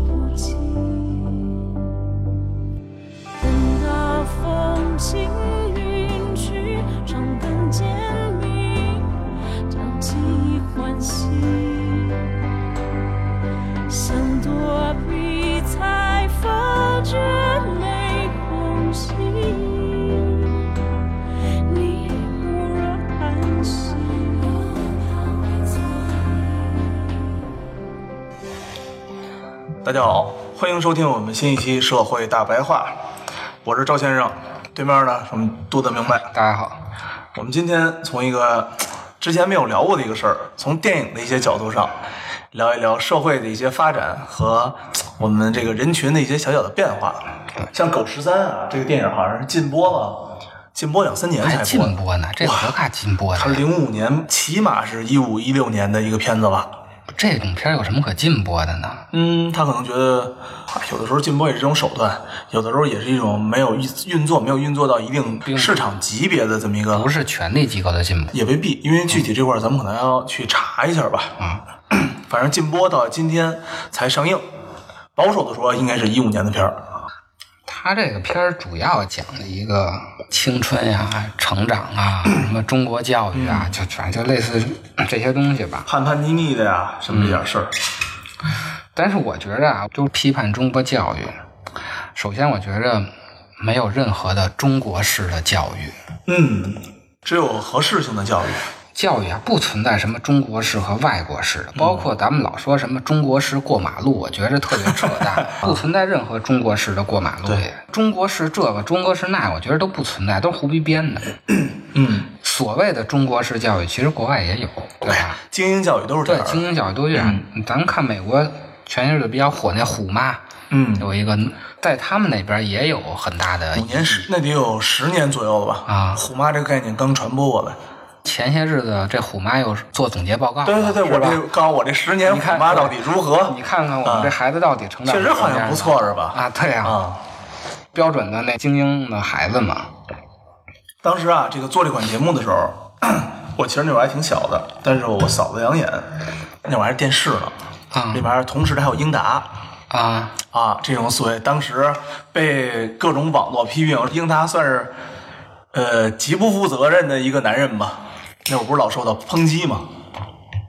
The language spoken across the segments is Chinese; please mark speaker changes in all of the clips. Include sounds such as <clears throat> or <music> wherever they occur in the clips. Speaker 1: 不及。等到风起云去，长灯渐明，将记忆唤醒。想躲避，才发觉没空隙。你蓦然安息。
Speaker 2: 大家好，欢迎收听我们新一期《社会大白话》，我是赵先生，对面呢我们度的明白。
Speaker 3: 大家好，
Speaker 2: 我们今天从一个之前没有聊过的一个事儿，从电影的一些角度上聊一聊社会的一些发展和我们这个人群的一些小小的变化。像《狗十三》啊，这个电影好像是禁播了，禁播两三年
Speaker 3: 还
Speaker 2: 才
Speaker 3: 哎禁
Speaker 2: 播的。
Speaker 3: 播呢，这有多大禁播
Speaker 2: 它
Speaker 3: 的？
Speaker 2: 零五年，起码是一五一六年的一个片子吧。
Speaker 3: 这种片儿有什么可禁播的呢？
Speaker 2: 嗯，他可能觉得，啊有的时候禁播也是一种手段，有的时候也是一种没有运运作，没有运作到一定市场级别的这么一个
Speaker 3: 不是权力机构的禁播，
Speaker 2: 也未必，因为具体这块儿咱们可能要去查一下吧。嗯， <clears throat> 反正禁播到今天才上映，保守的说应该是一五年的片儿。
Speaker 3: 它这个片儿主要讲的一个青春呀、成长啊、什么中国教育啊，就反正就类似这些东西吧。
Speaker 2: 叛叛逆逆的呀，什么这点事儿，
Speaker 3: 但是我觉着啊，就批判中国教育，首先我觉着没有任何的中国式的教育，
Speaker 2: 嗯，只有合适性的教育，
Speaker 3: 教育啊，不存在什么中国式和外国式的，包括咱们老说什么中国式过马路，我觉着特别扯淡，不存在任何中国式的过马路
Speaker 2: 对，
Speaker 3: 中国式这个，中国式那，我觉得都不存在，都是胡逼编的。
Speaker 2: 嗯，
Speaker 3: 所谓的中国式教育，其实国外也有，对吧？
Speaker 2: 精英教育都是这
Speaker 3: 对
Speaker 2: 样，
Speaker 3: 精
Speaker 2: 的。
Speaker 3: 英教育都这样。咱们看美国全世界比较火那虎妈，
Speaker 2: 嗯，
Speaker 3: 有一个在他们那边也有很大的
Speaker 2: 五年十那得有十年左右了吧？
Speaker 3: 啊
Speaker 2: 虎妈这个概念刚传播过来。
Speaker 3: 前些日子这虎妈又做总结报告了，
Speaker 2: 对对对，我
Speaker 3: 啊是吧
Speaker 2: 这告诉我这十年
Speaker 3: 你看
Speaker 2: 虎妈到底如何
Speaker 3: 你？看看我们这孩子到底成长
Speaker 2: 啊确
Speaker 3: 成
Speaker 2: 实
Speaker 3: 什
Speaker 2: 好
Speaker 3: 么样
Speaker 2: 像
Speaker 3: 了
Speaker 2: 不错是吧？
Speaker 3: 啊，对啊，
Speaker 2: 啊。
Speaker 3: 标准的那精英的孩子嘛，
Speaker 2: 当时啊，这个做这款节目的时候， <clears throat> 我其实那会儿还挺小的，但是我扫了两眼，那会儿还是电视呢，
Speaker 3: 啊
Speaker 2: 里面同时还有英达
Speaker 3: 啊，
Speaker 2: 啊，这种所谓当时被各种网络批评，英达算是呃极不负责任的一个男人吧。那会儿不是老受到抨击嘛，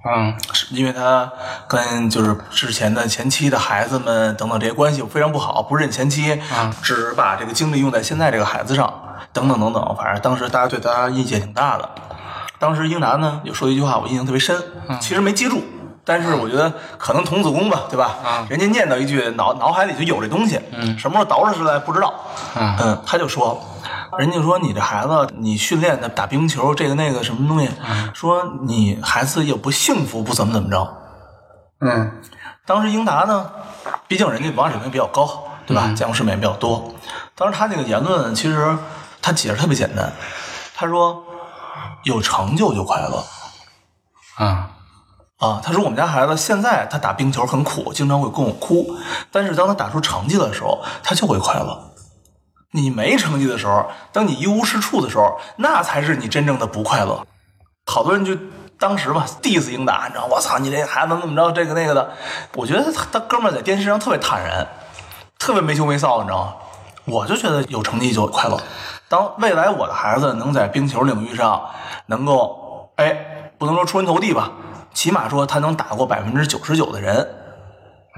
Speaker 3: 嗯，
Speaker 2: 是因为他跟就是之前的前妻的孩子们等等这些关系非常不好，不认前妻，
Speaker 3: 啊
Speaker 2: 只把这个精力用在现在这个孩子上，等等等等，反正当时大家对他印象挺大的。当时英达呢有说一句话，我印象特别深，其实没记住，但是我觉得可能童子功吧，对吧？
Speaker 3: 啊
Speaker 2: 人家念叨一句，脑脑海里就有这东西，嗯，什么时候倒饬出来不知道，
Speaker 3: 啊
Speaker 2: 嗯，他就说，人家说你这孩子，你训练的打冰球这个那个什么东西，说你孩子也不幸福，不怎么怎么着。
Speaker 3: 嗯，
Speaker 2: 当时英达呢，毕竟人家文化水平比较高，对吧？见过世面也比较多。当时他那个言论，其实他解释特别简单，他说有成就就快乐
Speaker 3: 啊，
Speaker 2: 啊。他说我们家孩子现在他打冰球很苦，经常会跟我哭，但是当他打出成绩的时候，他就会快乐。你没成绩的时候，当你一无是处的时候，那才是你真正的不快乐。好多人就当时吧 diss 英达，你知道，我操，你这孩子怎么着，这个那个的。我觉得他他哥们儿在电视上特别坦然，特别没羞没臊，你知道吗？我就觉得有成绩就快乐。当未来我的孩子能在冰球领域上能够，哎，不能说出人头地吧，起码说他能打过百分之九十九的人。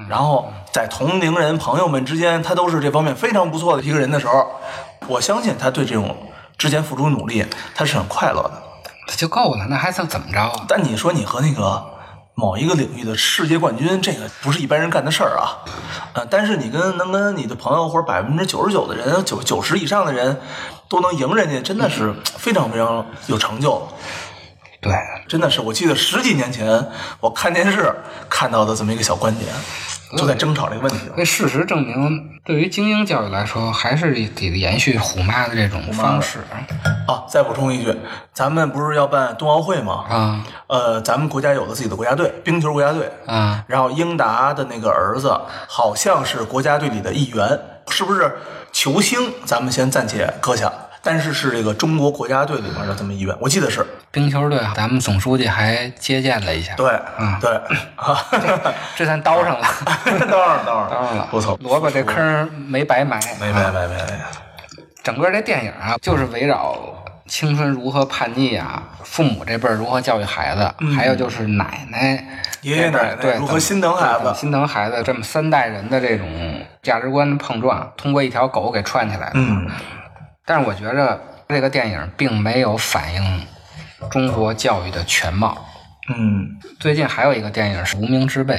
Speaker 2: 然后在同龄人朋友们之间，他都是这方面非常不错的一个人的时候，我相信他对这种之前付出努力，他是很快乐的。
Speaker 3: 这就够了，那还算怎么着啊？
Speaker 2: 但你说你和那个某一个领域的世界冠军，这个不是一般人干的事儿啊。呃，但是你跟能跟你的朋友或者百分之九十九的人，九九十以上的人都能赢人家，真的是非常非常有成就。
Speaker 3: 对，
Speaker 2: 真的是，我记得十几年前我看电视看到的这么一个小观点，就在争吵这个问题。
Speaker 3: 所以事实证明，对于精英教育来说，还是得延续虎妈的这种方式。
Speaker 2: 啊，再补充一句，咱们不是要办冬奥会吗？
Speaker 3: 啊
Speaker 2: 呃，咱们国家有了自己的国家队，冰球国家队。
Speaker 3: 啊，
Speaker 2: 然后英达的那个儿子好像是国家队里的一员，是不是球星？咱们先暂且搁下，但是是这个中国国家队里面的这么一员，我记得是
Speaker 3: 冰球队咱们总书记还接见了一下，
Speaker 2: 对，
Speaker 3: 嗯 <laughs>
Speaker 2: 对啊，
Speaker 3: 这算
Speaker 2: <laughs>
Speaker 3: 刀上了，
Speaker 2: 当然当
Speaker 3: 刀上
Speaker 2: 然
Speaker 3: 了，
Speaker 2: 不错，
Speaker 3: 萝卜这坑儿没白埋，
Speaker 2: 没
Speaker 3: 啊
Speaker 2: 没没没没，
Speaker 3: 整个这电影啊，就是围绕青春如何叛逆啊，父母这辈儿如何教育孩子，还有就是奶奶、
Speaker 2: 嗯爷爷奶奶
Speaker 3: 对
Speaker 2: 如何心疼孩子
Speaker 3: 对怎么心疼孩子这么三代人的这种价值观碰撞，通过一条狗给串起来的。
Speaker 2: 嗯，
Speaker 3: 但是我觉着这个电影并没有反映中国教育的全貌。
Speaker 2: 嗯
Speaker 3: 最近还有一个电影是《无名之辈》，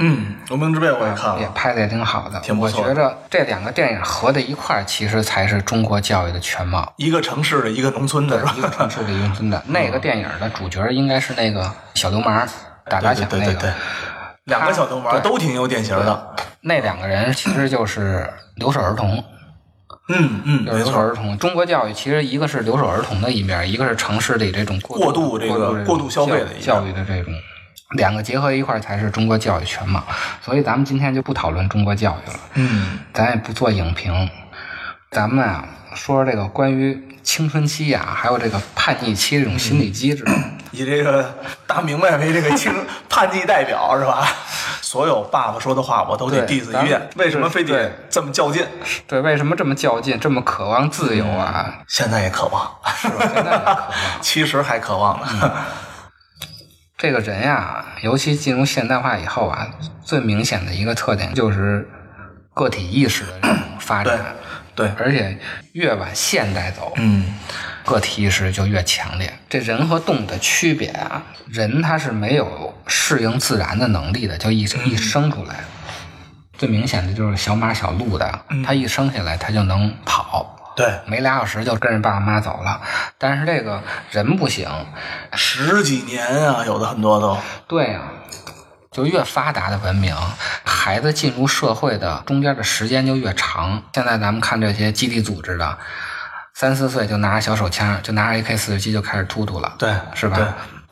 Speaker 2: 嗯，无名之辈我也看
Speaker 3: 也
Speaker 2: 了，
Speaker 3: 拍的也挺好的。
Speaker 2: 挺不
Speaker 3: 我
Speaker 2: 错的
Speaker 3: 觉着这两个电影合在一块儿，其实才是中国教育的全貌。
Speaker 2: 一个城市的一个农村的是
Speaker 3: 一个
Speaker 2: 吧？
Speaker 3: 城市的一个村的。那个电影的主角应该是那个小流氓打砸
Speaker 2: 对
Speaker 3: 抢
Speaker 2: 对
Speaker 3: 那
Speaker 2: 对对
Speaker 3: 个
Speaker 2: 对，，两个小流氓
Speaker 3: 对
Speaker 2: 都挺有典型的，
Speaker 3: 那两个人其实就是留守儿童，
Speaker 2: 嗯嗯，
Speaker 3: 就
Speaker 2: 没
Speaker 3: 是留守
Speaker 2: 错。
Speaker 3: 儿童。中国教育其实一个是留守儿童的一面，一个是城市里这种
Speaker 2: 过度
Speaker 3: 度这
Speaker 2: 这个
Speaker 3: 种
Speaker 2: 过度消费的一面
Speaker 3: 教育的这种。两个结合一块儿才是中国教育全貌，所以咱们今天就不讨论中国教育了，
Speaker 2: 嗯，
Speaker 3: 咱也不做影评，咱们啊说说这个关于青春期啊，还有这个叛逆期这种心理机制。
Speaker 2: 以这个大明白为这个青 <laughs> 叛逆代表是吧？所有爸爸说的话我都得
Speaker 3: 对
Speaker 2: diss
Speaker 3: 咱
Speaker 2: 一遍
Speaker 3: 们，
Speaker 2: 为什么非
Speaker 3: 对
Speaker 2: 得这么较劲？
Speaker 3: 对，为什么这么较劲，这么渴望自由啊？
Speaker 2: 现在也渴望， <laughs>
Speaker 3: <laughs> 是吧？现在也渴望。
Speaker 2: 其实还渴望呢。
Speaker 3: 这个人呀、尤其进入现代化以后啊，最明显的一个特点就是个体意识的这种发
Speaker 2: 对
Speaker 3: 展，
Speaker 2: 嗯对，
Speaker 3: 而且越往现代走，
Speaker 2: 嗯
Speaker 3: 个体意识就越强烈。这人和动物的区别啊，人他是没有适应自然的能力的，就一
Speaker 2: 嗯
Speaker 3: 一生出来。最明显的就是小马小鹿的，
Speaker 2: 嗯
Speaker 3: 他一生下来他就能跑，
Speaker 2: 对，
Speaker 3: 没俩小时就跟着爸爸妈走了。但是这个人不行，
Speaker 2: 十几年啊，有的很多都
Speaker 3: 对啊，就越发达的文明，孩子进入社会的中间的时间就越长。现在咱们看这些基地组织的，三四岁就拿着小手枪，就拿着 AK 四十七就开始突突了，
Speaker 2: 对
Speaker 3: 是吧？
Speaker 2: 对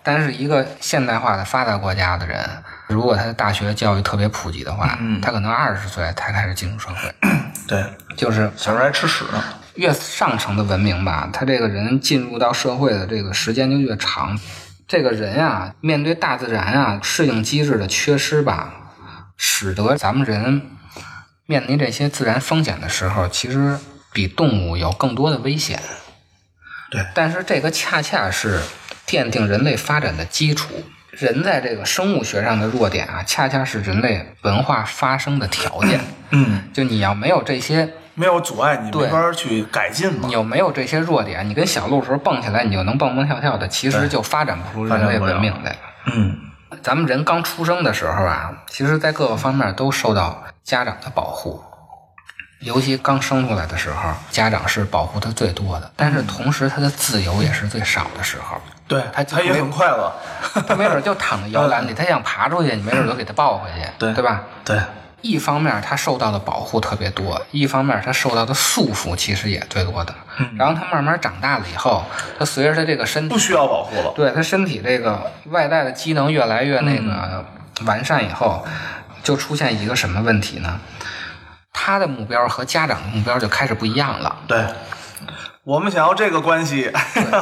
Speaker 3: 但是一个现代化的发达国家的人，如果他的大学教育特别普及的话，他可能二十岁才开始进入社会，
Speaker 2: 对，
Speaker 3: 就是
Speaker 2: 小时候还吃屎呢。
Speaker 3: 越上层的文明吧，他这个人进入到社会的这个时间就越长。这个人啊，面对大自然啊，适应机制的缺失吧，使得咱们人面临这些自然风险的时候，其实比动物有更多的危险。
Speaker 2: 对，
Speaker 3: 但是这个恰恰是奠定人类发展的基础。人在这个生物学上的弱点啊，恰恰是人类文化发生的条件。
Speaker 2: 嗯，
Speaker 3: 就你要没有这些
Speaker 2: 没有阻碍你
Speaker 3: 对
Speaker 2: 没法去改进嘛
Speaker 3: 你。有没有这些弱点？你跟小鹿时候蹦起来，你就能蹦蹦跳跳的，其实
Speaker 2: 对
Speaker 3: 就发展不出
Speaker 2: 发
Speaker 3: 人
Speaker 2: 展
Speaker 3: 类
Speaker 2: 不
Speaker 3: 文
Speaker 2: 了
Speaker 3: 明来。
Speaker 2: 嗯，
Speaker 3: 咱们人刚出生的时候啊，其实在各个方面都受到家长的保护，尤其刚生出来的时候，家长是保护他最多的，但是
Speaker 2: 嗯
Speaker 3: 同时他的自由也是最少的时候。
Speaker 2: 对，
Speaker 3: 他
Speaker 2: 他也
Speaker 3: 没
Speaker 2: 很快乐。
Speaker 3: 他没准就躺在
Speaker 2: <laughs>
Speaker 3: 摇篮里，他想爬出去，你没准就给他抱回去，
Speaker 2: 对
Speaker 3: 对吧？
Speaker 2: 对，
Speaker 3: 一方面他受到的保护特别多，一方面他受到的束缚其实也最多的。
Speaker 2: 嗯
Speaker 3: 然后他慢慢长大了以后，他随着他这个身体
Speaker 2: 不，需要保护了。
Speaker 3: 对他身体这个外在的机能越来越那
Speaker 2: 嗯
Speaker 3: 个完善以后，就出现一个什么问题呢？他的目标和家长的目标就开始不一样了。
Speaker 2: 对，我们想要这个关系，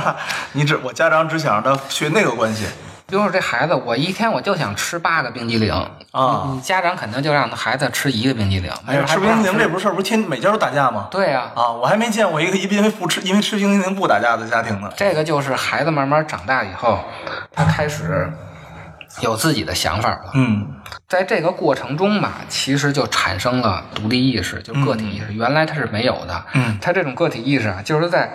Speaker 2: <laughs> 你只我家长只想让他学那个关系。
Speaker 3: 比如说这孩子，我一天我就想吃八个冰激凌
Speaker 2: 啊
Speaker 3: 你你家长肯定就让他孩子吃一个冰激凌，
Speaker 2: 哎呀，
Speaker 3: 还
Speaker 2: 吃
Speaker 3: 不
Speaker 2: 冰
Speaker 3: 让
Speaker 2: 激凌这不是事儿，不是天每家都打架吗？
Speaker 3: 对啊，
Speaker 2: 啊，我还没见过一个因为不吃因为吃冰激凌不打架的家庭呢。
Speaker 3: 这个就是孩子慢慢长大以后，他开始有自己的想法了。
Speaker 2: 嗯，
Speaker 3: 在这个过程中吧，其实就产生了独立意识，就是个体意识。原来他是没有的。
Speaker 2: 嗯
Speaker 3: 他这种个体意识啊，就是在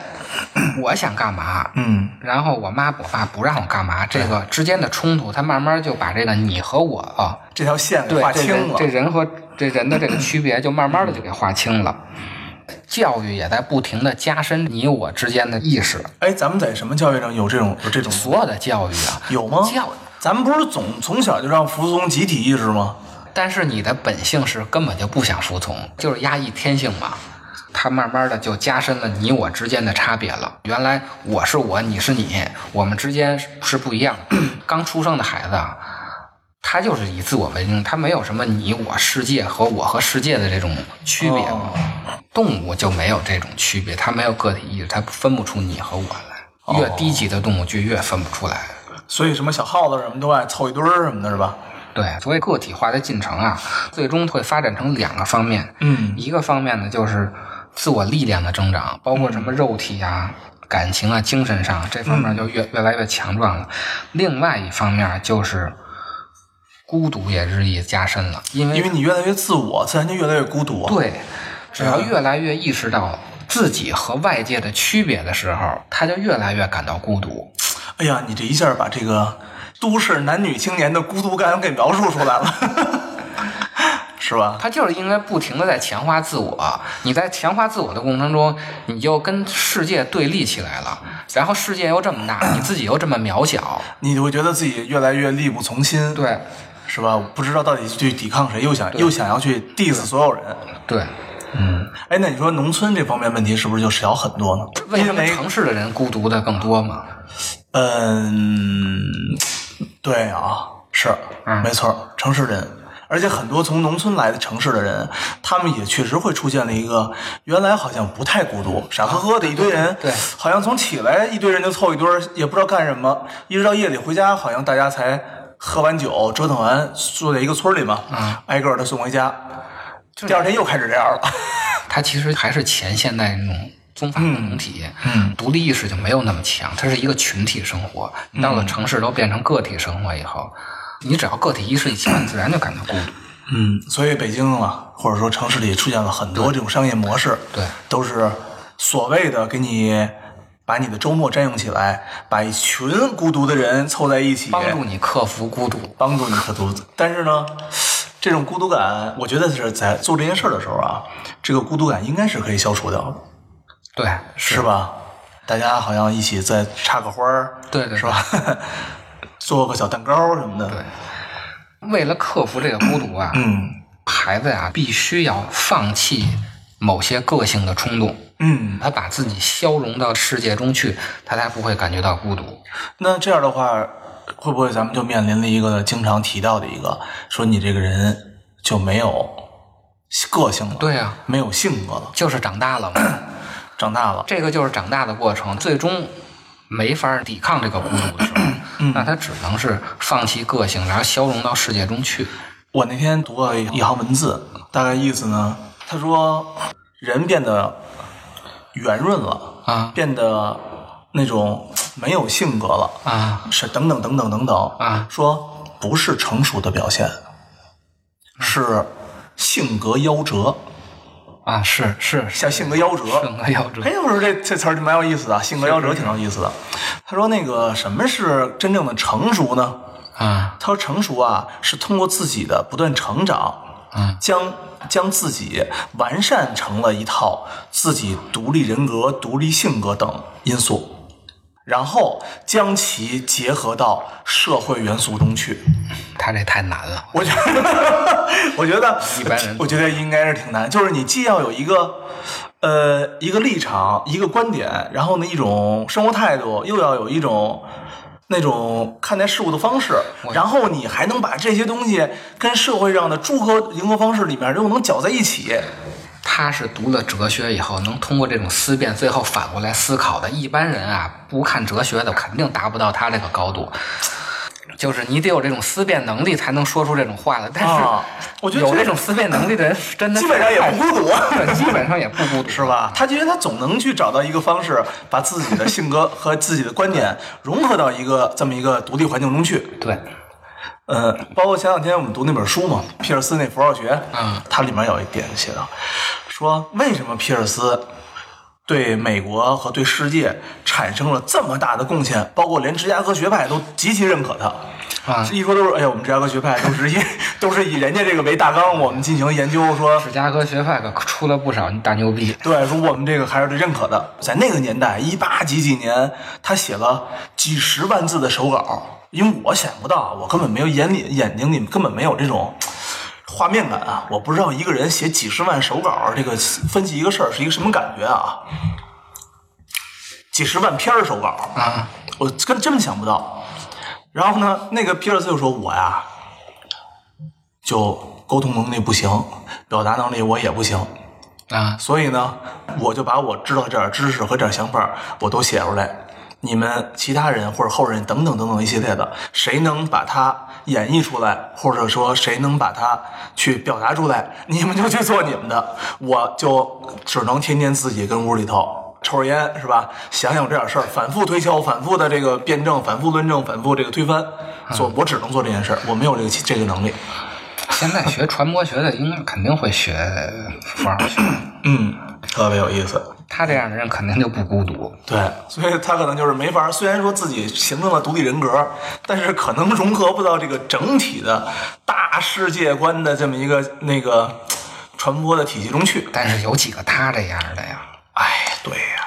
Speaker 3: <clears throat> 我想干嘛，
Speaker 2: 嗯，
Speaker 3: 然后我妈我爸不让我干嘛，这个之间的冲突，他慢慢就把这个你和我啊，
Speaker 2: 这条线给
Speaker 3: 对
Speaker 2: 划
Speaker 3: 这
Speaker 2: 清
Speaker 3: 人
Speaker 2: 了
Speaker 3: 这。人和这人的这个区别，就慢慢的就给划清了。教育也在不停的加深你我之间的意识，
Speaker 2: 哎，咱们在什么教育上有这种有这种
Speaker 3: 所有的教育啊，
Speaker 2: 有吗？
Speaker 3: 教育
Speaker 2: 咱们不是总从小就让服从集体意识吗？
Speaker 3: 但是你的本性是根本就不想服从，就是压抑天性嘛。它慢慢的就加深了你我之间的差别了。原来我是我，你是你，我们之间是不一样的。刚出生的孩子啊，他就是以自我为中心，他没有什么你我世界和我和世界的这种区别。
Speaker 2: 哦
Speaker 3: 动物就没有这种区别，它没有个体意识，它分不出你和我来。越低级的动物就越分不出来。
Speaker 2: 所以什么小耗子什么都爱凑一堆儿什么的，是吧？
Speaker 3: 对，所谓个体化的进程啊，最终会发展成两个方面。
Speaker 2: 嗯
Speaker 3: 一个方面呢，就是自我力量的增长，包括什么肉体啊、感情啊、精神上这方面就越越来越强壮了。另外一方面就是孤独也日益加深了，因为
Speaker 2: 因为你越来越自我，自然就越来越孤独。，啊
Speaker 3: 对，只要越来越意识到自己和外界的区别的时候，他就越来越感到孤独。
Speaker 2: 哎呀，你这一下把这个都市男女青年的孤独感给描述出来了， <laughs> 是吧？
Speaker 3: 他就是应该不停的在强化自我。你在强化自我的过程中，你就跟世界对立起来了，然后世界又这么大，你自己又这么渺小，
Speaker 2: 你就会觉得自己越来越力不从心，，
Speaker 3: 对
Speaker 2: 是吧？不知道到底去抵抗谁，又想又想要去 diss 所有人。
Speaker 3: 对。
Speaker 2: 哎，那你说农村这方面问题是不是就少很多呢？
Speaker 3: 为什么
Speaker 2: 因
Speaker 3: 城市的人孤独的更多嘛？
Speaker 2: 嗯，对啊，是，
Speaker 3: 嗯
Speaker 2: 没错儿，城市人，而且很多从农村来的城市的人，他们也确实会出现了一个原来好像不太孤独，傻呵呵的一堆人，
Speaker 3: 对对
Speaker 2: 好像从起来一堆人就凑一堆儿，也不知道干什么，一直到夜里回家，好像大家才喝完酒，折腾完，住在一个村儿里嘛，挨个儿的送回家，
Speaker 3: 嗯就是
Speaker 2: 第二天又开始这样了，
Speaker 3: 它其实还是前现代那种宗法共同体，
Speaker 2: 嗯
Speaker 3: 独立意识就没有那么强，它是一个群体生活。
Speaker 2: 嗯
Speaker 3: 你到了城市都变成个体生活以后，你只要个体意识一强，自然就感到孤独。
Speaker 2: 嗯，所以北京嘛，或者说城市里出现了很多这种商业模式，
Speaker 3: 对
Speaker 2: 都是所谓的给你把你的周末占用起来，把一群孤独的人凑在一起，
Speaker 3: 帮助你克服孤独，
Speaker 2: 帮助你克服。但是呢，这种孤独感，我觉得是在做这件事儿的时候啊，这个孤独感应该是可以消除掉的，
Speaker 3: 对，
Speaker 2: 是吧？大家好像一起再插个花儿，
Speaker 3: 对对对
Speaker 2: 是吧？ <laughs> 做个小蛋糕什么的，
Speaker 3: 对为了克服这个孤独啊，
Speaker 2: 嗯
Speaker 3: 孩子呀、必须要放弃某些个性的冲动，
Speaker 2: 嗯。
Speaker 3: 他把自己消融到世界中去，他才不会感觉到孤独。
Speaker 2: 那这样的话，会不会咱们就面临了一个经常提到的一个，说你这个人就没有个性了，
Speaker 3: 对呀、啊，
Speaker 2: 没有性格了，
Speaker 3: 就是长大了嘛。 <clears throat>
Speaker 2: 长大了，
Speaker 3: 这个就是长大的过程，最终没法抵抗这个孤独的时候，那他只能是放弃个性，然后消融到世界中去。
Speaker 2: 我那天读了一行文字，大概意思呢，他说人变得圆润了，
Speaker 3: 啊
Speaker 2: 变得那种没有性格了，
Speaker 3: 啊
Speaker 2: 是等等等等等等
Speaker 3: 啊
Speaker 2: 说不是成熟的表现，是性格夭折，
Speaker 3: 啊！是是，
Speaker 2: 像性格夭折，
Speaker 3: <laughs> 整个要这
Speaker 2: 哎，我说这这词儿就蛮有意思的，性格夭折挺有意思的。他说那个什么是真正的成熟呢？
Speaker 3: 啊
Speaker 2: 他说成熟啊，是通过自己的不断成长，
Speaker 3: 嗯
Speaker 2: 将将自己完善成了一套自己独立人格、独立性格等因素，然后将其结合到社会元素中去。
Speaker 3: 他这太难了。
Speaker 2: 我觉得， <laughs> 我觉得
Speaker 3: 一般人
Speaker 2: 我觉得应该是挺难。就是你既要有一个，呃，一个立场，一个观点，然后呢，一种生活态度，又要有一种那种看待事物的方式，然后你还能把这些东西跟社会上的诸多迎合方式里面又能搅在一起。
Speaker 3: 他是读了哲学以后，能通过这种思辨，最后反过来思考的。一般人啊，不看哲学的，肯定达不到他这个高度。就是你得有这种思辨能力，才能说出这种话的。但是，
Speaker 2: 啊我觉得
Speaker 3: 有
Speaker 2: 这
Speaker 3: 这种思辨能力的人，真的
Speaker 2: 基本上也不孤独啊
Speaker 3: 对基本上也不孤独，
Speaker 2: 是？吧？他觉得他总能去找到一个方式，把自己的性格和自己的观点融合到一个这么一个独立环境中去。
Speaker 3: 对，
Speaker 2: 呃，包括前两天我们读那本书嘛，皮尔斯那《符号学》，
Speaker 3: 嗯，
Speaker 2: 它里面有一点写到，说为什么皮尔斯对美国和对世界产生了这么大的贡献，包括连芝加哥学派都极其认可他。
Speaker 3: 啊，
Speaker 2: 一说都是，哎呀，我们芝加哥学派都是 <laughs> 以都是以人家这个为大纲，我们进行研究，说
Speaker 3: 芝加哥学派可出了不少大牛逼。
Speaker 2: 对，说我们这个还是认可的。在那个年代，一八几几年，他写了几十万字的手稿，因为我想不到，我根本没有眼里眼睛里根本没有这种画面感啊，我不知道一个人写几十万手稿，这个分析一个事儿是一个什么感觉啊？几十万篇儿手稿，
Speaker 3: 啊，
Speaker 2: 我根真想不到。然后呢，那个皮尔斯就说我呀，就沟通能力不行，表达能力我也不行，
Speaker 3: 啊，
Speaker 2: 所以呢，我就把我知道这点知识和这点想法儿我都写出来。你们其他人或者后人等等等等一系列的，谁能把它演绎出来，或者说谁能把它去表达出来，你们就去做你们的，我就只能天天自己跟屋里头抽着烟，是吧？想想这点事儿，反复推敲，反复的这个辩证，反复论证，反复这个推翻，做我只能做这件事儿，我没有这个这个能力。
Speaker 3: 现在学传播学的应该肯定会学符号学，
Speaker 2: 嗯，特别有意思。
Speaker 3: 他这样的人肯定就不孤独。
Speaker 2: 对，所以他可能就是没法儿，虽然说自己形成了独立人格，但是可能融合不到这个整体的大世界观的这么一个那个传播的体系中去。
Speaker 3: 但是有几个他这样的呀？
Speaker 2: 哎，对呀、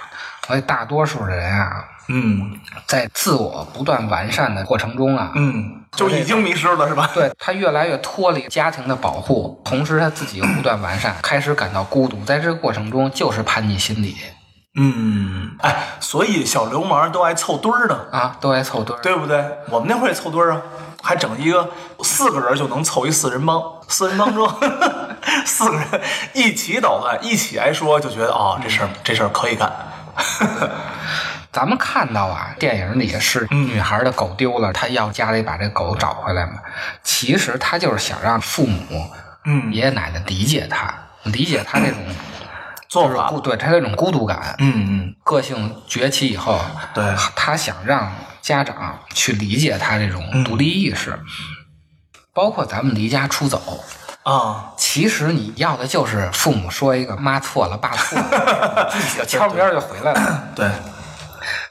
Speaker 3: 所以大多数人啊，
Speaker 2: 嗯
Speaker 3: 在自我不断完善的过程中啊，
Speaker 2: 嗯，就已经迷失了是吧？
Speaker 3: 对他越来越脱离家庭的保护，同时他自己又不断完善，开始感到孤独。在这个过程中，就是叛逆心理
Speaker 2: 嗯，哎，所以小流氓都爱凑堆儿呢，
Speaker 3: 啊，都爱凑堆儿。
Speaker 2: 对不对？我们那会儿也凑堆儿啊，还整一个四个人就能凑一四人帮，四人帮中 <laughs> 四个人一起捣乱，一起来说，就觉得啊、哦，这事儿这事儿可以干。
Speaker 3: 咱们看到啊，电影里是
Speaker 2: 嗯
Speaker 3: 女孩的狗丢了，她要家里把这狗找回来嘛。其实她就是想让父母、
Speaker 2: 嗯
Speaker 3: 爷爷奶奶理解她，理解她这种
Speaker 2: 做
Speaker 3: 就是
Speaker 2: 法
Speaker 3: 孤，对她这种孤独感。
Speaker 2: 嗯嗯，
Speaker 3: 个性崛起以后，
Speaker 2: 对
Speaker 3: 她想让家长去理解她这种独立意识，
Speaker 2: 嗯
Speaker 3: 嗯包括咱们离家出走。
Speaker 2: 啊，
Speaker 3: 其实你要的就是父母说一个“妈错了，爸错
Speaker 2: <laughs>
Speaker 3: 了”，自己就敲门儿就回来了。
Speaker 2: 哎对，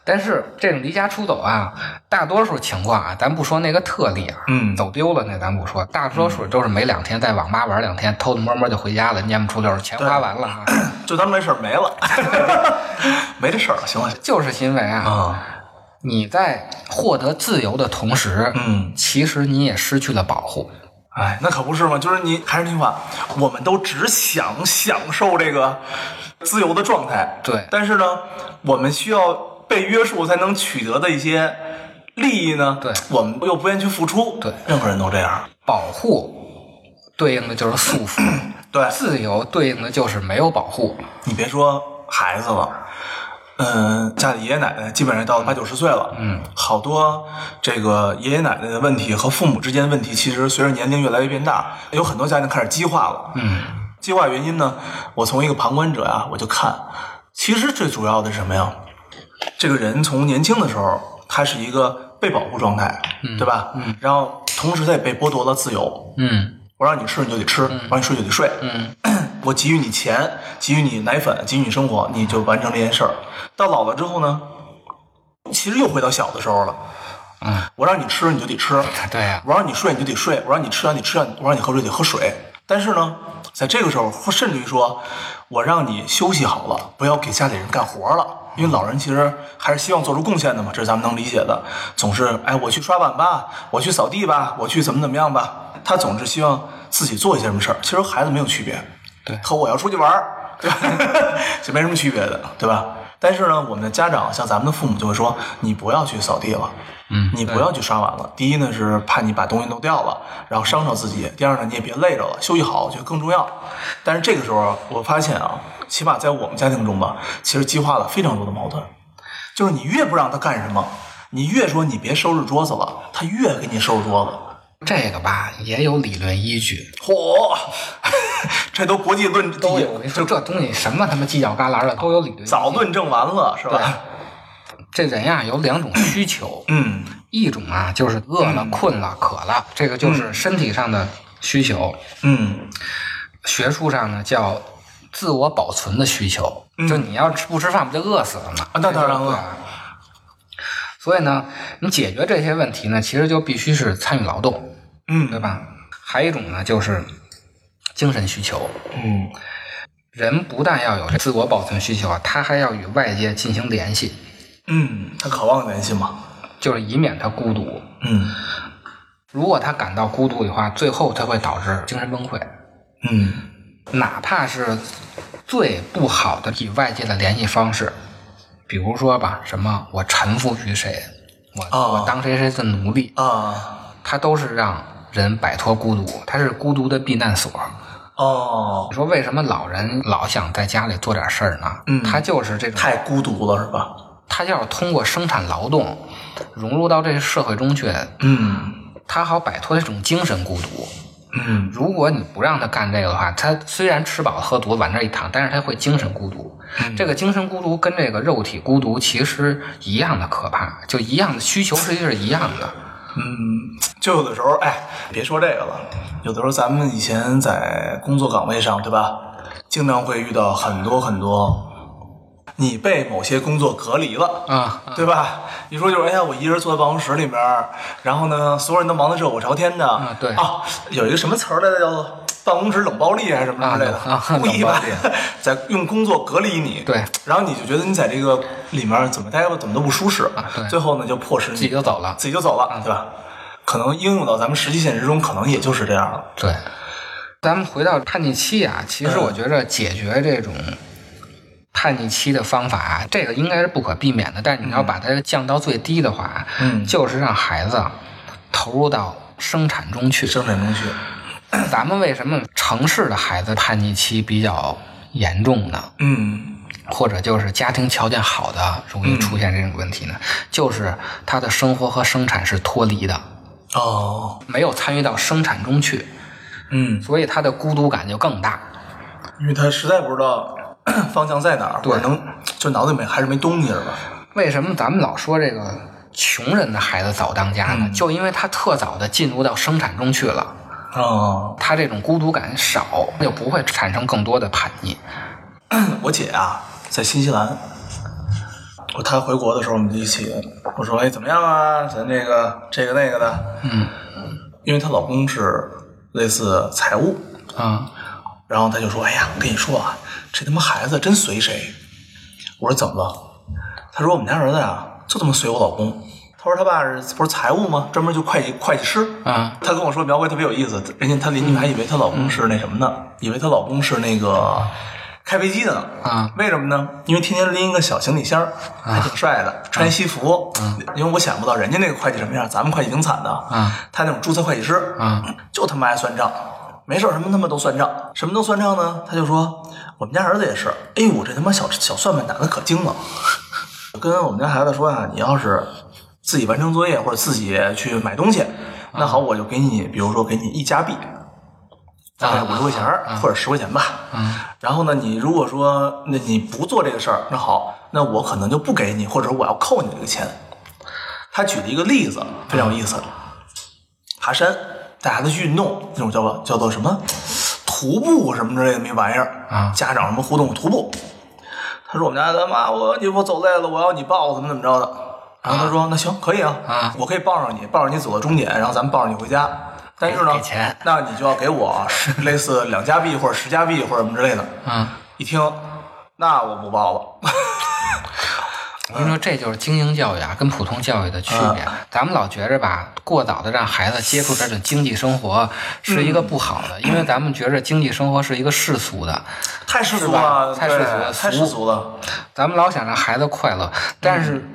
Speaker 3: 但是这种离家出走啊，大多数情况啊，咱不说那个特例啊，
Speaker 2: 嗯
Speaker 3: 走丢了那咱不说，大多数都是没两天在网吧玩两天，偷偷摸摸就回家了，念不出溜儿，钱花完了啊，
Speaker 2: 就当没事儿没 <laughs> 了，没这事儿了，行了
Speaker 3: 就是因为啊，
Speaker 2: 啊，
Speaker 3: 你在获得自由的同时，
Speaker 2: 嗯
Speaker 3: 其实你也失去了保护，
Speaker 2: 哎，那可不是嘛，就是你还是那句话，我们都只想享受这个自由的状态，
Speaker 3: 对
Speaker 2: 但是呢，我们需要被约束才能取得的一些利益呢，
Speaker 3: 对
Speaker 2: 我们又不愿意去付出，
Speaker 3: 对
Speaker 2: 任何人都这样，
Speaker 3: 保护对应的就是束 <coughs> 缚，
Speaker 2: 对，
Speaker 3: 自由对应的就是没有保护，
Speaker 2: 你别说孩子了，嗯，家里爷爷奶奶基本上到八九十岁了，嗯，好多这个爷爷奶奶的问题和父母之间的问题，其实随着年龄越来越变大，有很多家庭开始激化了。
Speaker 3: 嗯，
Speaker 2: 激化原因呢，我从一个旁观者啊，我就看，其实最主要的是什么呀？这个人从年轻的时候，他是一个被保护状态，对吧？嗯，然后同时他也被剥夺了自由，
Speaker 3: 嗯
Speaker 2: 我让你吃你就得吃，我让你睡就得睡。
Speaker 3: 嗯
Speaker 2: <clears throat> 我给予你钱，给予你奶粉，给予你生活，你就完成这件事儿。到老了之后呢，其实又回到小的时候了。
Speaker 3: 嗯，
Speaker 2: 我让你吃你就得吃，
Speaker 3: 对啊呀、
Speaker 2: 我让你睡你就得睡，我让你吃啊让你吃让我让你喝水得喝水。但是呢，在这个时候，或甚至于说，我让你休息好了，不要给家里人干活了，因为老人其实还是希望做出贡献的嘛，这是咱们能理解的。总是哎，我去刷碗吧，我去扫地吧，我去怎么怎么样吧，他总是希望自己做一些什么事儿。其实孩子没有区别，
Speaker 3: 对
Speaker 2: 和我要出去玩儿，
Speaker 3: <laughs>
Speaker 2: 对吧？这没什么区别的，对吧？但是呢，我们的家长像咱们的父母就会说，你不要去扫地了，嗯，你不要去刷碗了。第一呢是怕你把东西弄掉了，然后伤着自己；第二呢，你也别累着了，休息好我觉得更重要。但是这个时候，我发现啊，起码在我们家庭中吧，其实激化了非常多的矛盾，就是你越不让他干什么，你越说你别收拾桌子了，他越给你收拾桌子。
Speaker 3: 这个吧也有理论依据，
Speaker 2: 嚯， <laughs> 这都国际论
Speaker 3: 都有。啊我跟你说，这东西什么他妈犄角旮旯的都有理论。
Speaker 2: 早论证完了是吧？
Speaker 3: 这人呀、有两种需求，
Speaker 2: 嗯
Speaker 3: 一种啊就是饿了、困了、渴了，这个就是身体上的需求；
Speaker 2: 嗯
Speaker 3: 学术上呢叫自我保存的需求，就你要吃不吃饭不就饿死了吗？
Speaker 2: 嗯啊那当然了
Speaker 3: 对啊。所以呢，你解决这些问题呢，其实就必须是参与劳动，
Speaker 2: 嗯，
Speaker 3: 对？吧？还有一种呢就是精神需求，
Speaker 2: 嗯
Speaker 3: 人不但要有自我保存需求啊，他还要与外界进行联系，
Speaker 2: 嗯，他渴望联系嘛。
Speaker 3: 就是以免他孤独。
Speaker 2: 嗯
Speaker 3: 如果他感到孤独的话，最后他会导致精神崩溃。
Speaker 2: 嗯，
Speaker 3: 哪怕是最不好的与外界的联系方式，比如说吧，什么我臣服于谁，我、
Speaker 2: 哦
Speaker 3: 我当谁谁的奴隶，
Speaker 2: 啊，
Speaker 3: 它都是让人摆脱孤独，它是孤独的避难所。
Speaker 2: 哦
Speaker 3: 你，说为什么老人老想在家里做点事儿呢？
Speaker 2: 嗯
Speaker 3: 他就是这种，
Speaker 2: 太孤独了是吧？
Speaker 3: 他要通过生产劳动融入到这个社会中去，
Speaker 2: 嗯
Speaker 3: 他好摆脱这种精神孤独。
Speaker 2: 嗯，
Speaker 3: 如果你不让他干这个的话，他虽然吃饱喝足往这儿一躺，但是他会精神孤独。这个精神孤独跟这个肉体孤独其实一样的可怕，就一样的需求实际是一样的。
Speaker 2: 嗯就有的时候，哎，别说这个了，有的时候咱们以前在工作岗位上，对吧？经常会遇到很多很多，你被某些工作隔离了。
Speaker 3: 啊，
Speaker 2: 对吧？你说就是，哎呀，我一个人坐在办公室里面儿，然后呢，所有人都忙得热火朝天的。
Speaker 3: 啊对
Speaker 2: 啊，有一个什么词儿来着，叫做办公室冷暴力还是什么之类的，
Speaker 3: 啊冷啊
Speaker 2: <laughs> 故意吧
Speaker 3: 冷暴力，
Speaker 2: 在用工作隔离你。
Speaker 3: 对，
Speaker 2: 然后你就觉得你在这个里面儿怎么待吧，怎么都不舒适。
Speaker 3: 啊对
Speaker 2: 最后呢，就迫使你
Speaker 3: 自己就嗯走了
Speaker 2: 自己就走了，对吧？可能应用到咱们实际现实中，可能也就是这样了。
Speaker 3: 对，咱们回到叛逆期啊，其实我觉着解决这种叛逆期的方法啊，这个应该是不可避免的。但你要把它降到最低的话，
Speaker 2: 嗯
Speaker 3: 就是让孩子投入到生产中去。
Speaker 2: 生产中学，
Speaker 3: <clears throat> 咱们为什么城市的孩子叛逆期比较严重呢？
Speaker 2: 嗯
Speaker 3: 或者就是家庭条件好的容易出现这种问题呢？就是他的生活和生产是脱离的，
Speaker 2: 哦，
Speaker 3: 没有参与到生产中去，
Speaker 2: 嗯，
Speaker 3: 所以他的孤独感就更大。
Speaker 2: 因为他实在不知道 <coughs> 方向在哪儿，
Speaker 3: 对
Speaker 2: 或者能就脑子里面还是没东西是吧？
Speaker 3: 为什么咱们老说这个穷人的孩子早当家呢？就因为他特早的进入到生产中去了，
Speaker 2: 哦，
Speaker 3: 他这种孤独感少，就不会产生更多的叛逆。
Speaker 2: 我姐啊，在新西兰，我她回国的时候，我们就一起，我说，哎，怎么样啊？咱这个这个那个的，
Speaker 3: 嗯
Speaker 2: 因为她老公是类似财务，
Speaker 3: 啊
Speaker 2: 然后她就说，哎呀，我跟你说啊，这他妈孩子真随谁。我说怎么了？她说我们家儿子啊，就这么随我老公。她说他爸是不是财务吗？专门就会计会计师。
Speaker 3: 啊
Speaker 2: 她跟我说描绘特别有意思，人家她邻居还以为她老公是那什么呢，以为她老公是那个开飞机的呢。
Speaker 3: 啊
Speaker 2: 为什么呢？因为天天拎一个小行李箱儿，还挺帅的，
Speaker 3: 啊
Speaker 2: 穿西服。因为我想不到人家那个会计什么样，咱们会计挺惨的。
Speaker 3: 嗯
Speaker 2: 他那种注册会计师，
Speaker 3: 啊
Speaker 2: 就他妈爱算账，没事儿什么他妈都算账，什么都算账呢。他就说我们家儿子也是，哎呦，我这他妈小小算盘打的可精了。我跟我们家孩子说啊，你要是自己完成作业或者自己去买东西，那好，我就给你，比如说给你一加币，大概五十块钱儿或者十块钱吧。然后呢，你如果说那你不做这个事儿，那好，那我可能就不给你，或者我要扣你这个钱。他举了一个例子，非常有意思。爬山，带孩子去运动，那种叫做叫做什么徒步什么之类的没玩意儿
Speaker 3: 啊
Speaker 2: 家长什么互动徒步，他说我们家的妈，我你我走累了，我要你抱我，怎么怎么着的。然后他说、那行可以啊，
Speaker 3: 啊
Speaker 2: 我可以抱上你，抱着你走到终点，然后咱们抱着你回家。但是呢
Speaker 3: 给钱，
Speaker 2: 那你就要给我十类似两加币或者十加币或者什么之类的。
Speaker 3: 啊！
Speaker 2: 一听，那我不报了。
Speaker 3: 我跟你说，这就是精英教育啊，跟普通教育的区别。咱们老觉着吧，过早的让孩子接触这种经济生活是一个不好的，因为咱们觉着经济生活是一个世俗的，
Speaker 2: 太世俗了，
Speaker 3: 是吧太世俗了
Speaker 2: 对太世俗了。
Speaker 3: 咱们老想让孩子快乐，但是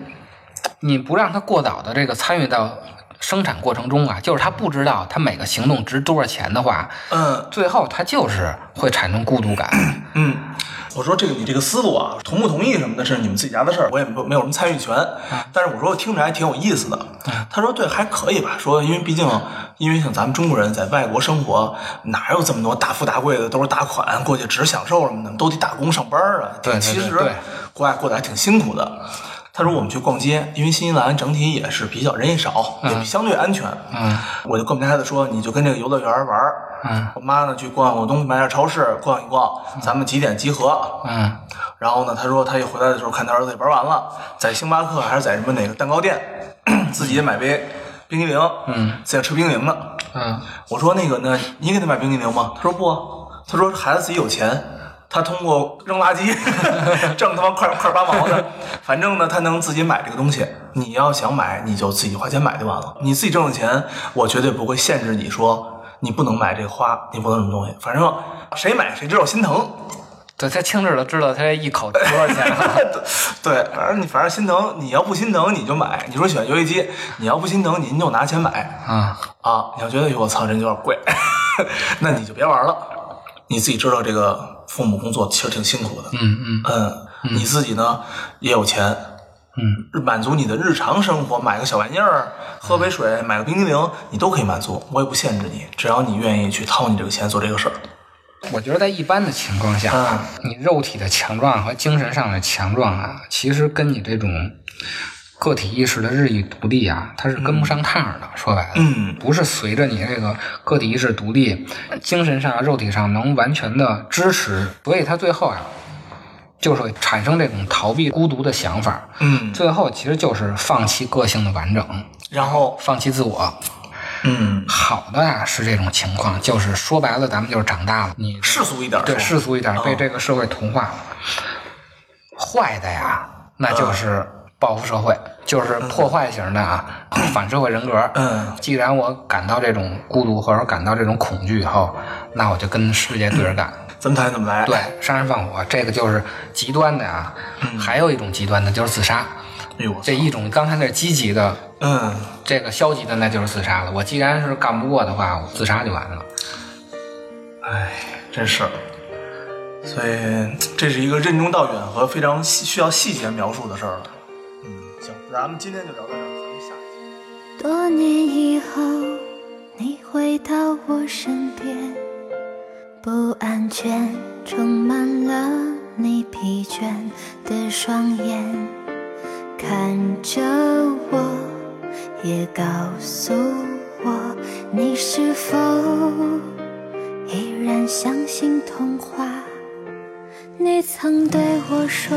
Speaker 3: 你不让他过早的这个参与到生产过程中啊，就是他不知道他每个行动值多少钱的话，
Speaker 2: 嗯
Speaker 3: 最后他就是会产生孤独感。
Speaker 2: 嗯，我说这个你这个思路啊，同不同意什么的，是你们自己家的事儿，我也没有没有什么参与权。
Speaker 3: 啊
Speaker 2: 但是我说我听着还挺有意思的。他说对，还可以吧。说因为毕竟，因为像咱们中国人在外国生活，哪有这么多大富大贵的，都是大款过去只享受什么的，都得打工上班儿啊。
Speaker 3: 对对对
Speaker 2: 其实
Speaker 3: 对
Speaker 2: 国外过得还挺辛苦的。他说我们去逛街，因为新西兰整体也是比较人也少，也相对安全。
Speaker 3: 嗯，
Speaker 2: 我就跟我们家孩子说，你就跟这个游乐园玩儿。
Speaker 3: 嗯
Speaker 2: 我妈呢去逛逛东西，买点超市逛一逛，咱们几点集合？
Speaker 3: 嗯
Speaker 2: 然后呢，她说她一回来的时候看她儿子玩完了，在星巴克还是在什么哪个蛋糕店， <clears throat> 自己也买杯冰激凌，嗯，在吃冰激凌呢。
Speaker 3: 嗯
Speaker 2: 啊我说那个呢，你给他买冰激凌吗？她说不，她说孩子自己有钱。他通过扔垃圾 <laughs> 挣他妈块块八毛的，反正呢，他能自己买这个东西。你要想买，你就自己花钱买就完了。你自己挣的钱，我绝对不会限制你说你不能买这个花，你不能什么东西。反正谁买谁知道心疼。 <laughs>
Speaker 3: 对他清楚的知道他一口多少钱
Speaker 2: <laughs>
Speaker 3: 了
Speaker 2: 对，反正你反正心疼，你要不心疼你就买。你说喜欢游戏机，你要不心疼你就拿钱买
Speaker 3: 啊，
Speaker 2: 啊。你要觉得哟我操，这有点贵，那你就别玩了。你自己知道这个父母工作其实挺辛苦的，
Speaker 3: 嗯嗯
Speaker 2: 嗯，你自己呢也有钱，
Speaker 3: 嗯，
Speaker 2: 满足你的日常生活，买个小玩意儿，喝杯水，买个冰激凌，你都可以满足，我也不限制你，只要你愿意去掏你这个钱做这个事儿。
Speaker 3: 我觉得在一般的情况下，
Speaker 2: 嗯
Speaker 3: 你肉体的强壮和精神上的强壮啊，其实跟你这种个体意识的日益独立啊，它是跟不上趟儿的。说白了，
Speaker 2: 嗯
Speaker 3: 不是随着你这个个体意识独立，精神上、啊肉体上能完全的支持，所以他最后啊，就是会产生这种逃避孤独的想法，
Speaker 2: 嗯，
Speaker 3: 最后其实就是放弃个性的完整，
Speaker 2: 然后
Speaker 3: 放弃自我。
Speaker 2: 嗯，
Speaker 3: 好的啊，是这种情况，就是说白了，咱们就是长大了，你
Speaker 2: 世俗一点儿
Speaker 3: 对
Speaker 2: 说
Speaker 3: 世俗一点，被
Speaker 2: 嗯
Speaker 3: 这个社会同化了。坏的呀，那
Speaker 2: 嗯
Speaker 3: 就是报复社会，就是破坏型的啊，反社会人格。
Speaker 2: 嗯，
Speaker 3: 既然我感到这种孤独或者感到这种恐惧以后，那我就跟世界对着干。
Speaker 2: 怎么谈怎么来。
Speaker 3: 对，杀人放火，这个就是极端的啊。
Speaker 2: 嗯
Speaker 3: 还有一种极端的就是自杀，
Speaker 2: 哎呦，我操
Speaker 3: 这一种刚才那是积极的，
Speaker 2: 嗯，
Speaker 3: 这个消极的那就是自杀了。我既然是干不过的话，我自杀就完了。
Speaker 2: 哎，真是。所以这是一个任重道远和非常细需要细节描述的事儿了。嗯，行，咱们今天就聊到这儿，咱们下一期。
Speaker 4: 多年以后，你回到我身边，不安全充满了你疲倦的双眼，看着我，也告诉我，你是否依然相信童话？你曾对我说，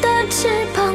Speaker 4: 的翅膀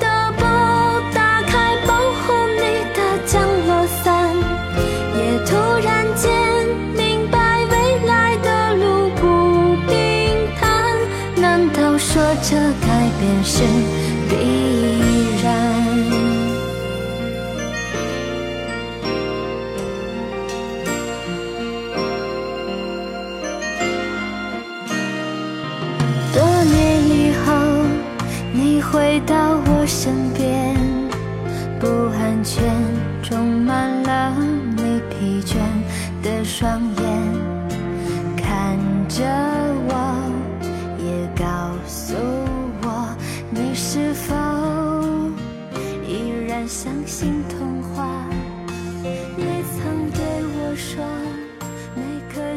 Speaker 4: 得不打开保护你的降落伞。也突然间明白未来的路不平坦。难道说这改变是必然？多年以后，你回到我身边，不安全充满了你疲倦的双眼，看着我，也告诉我，你是否依然相信童话？你曾对我说，每颗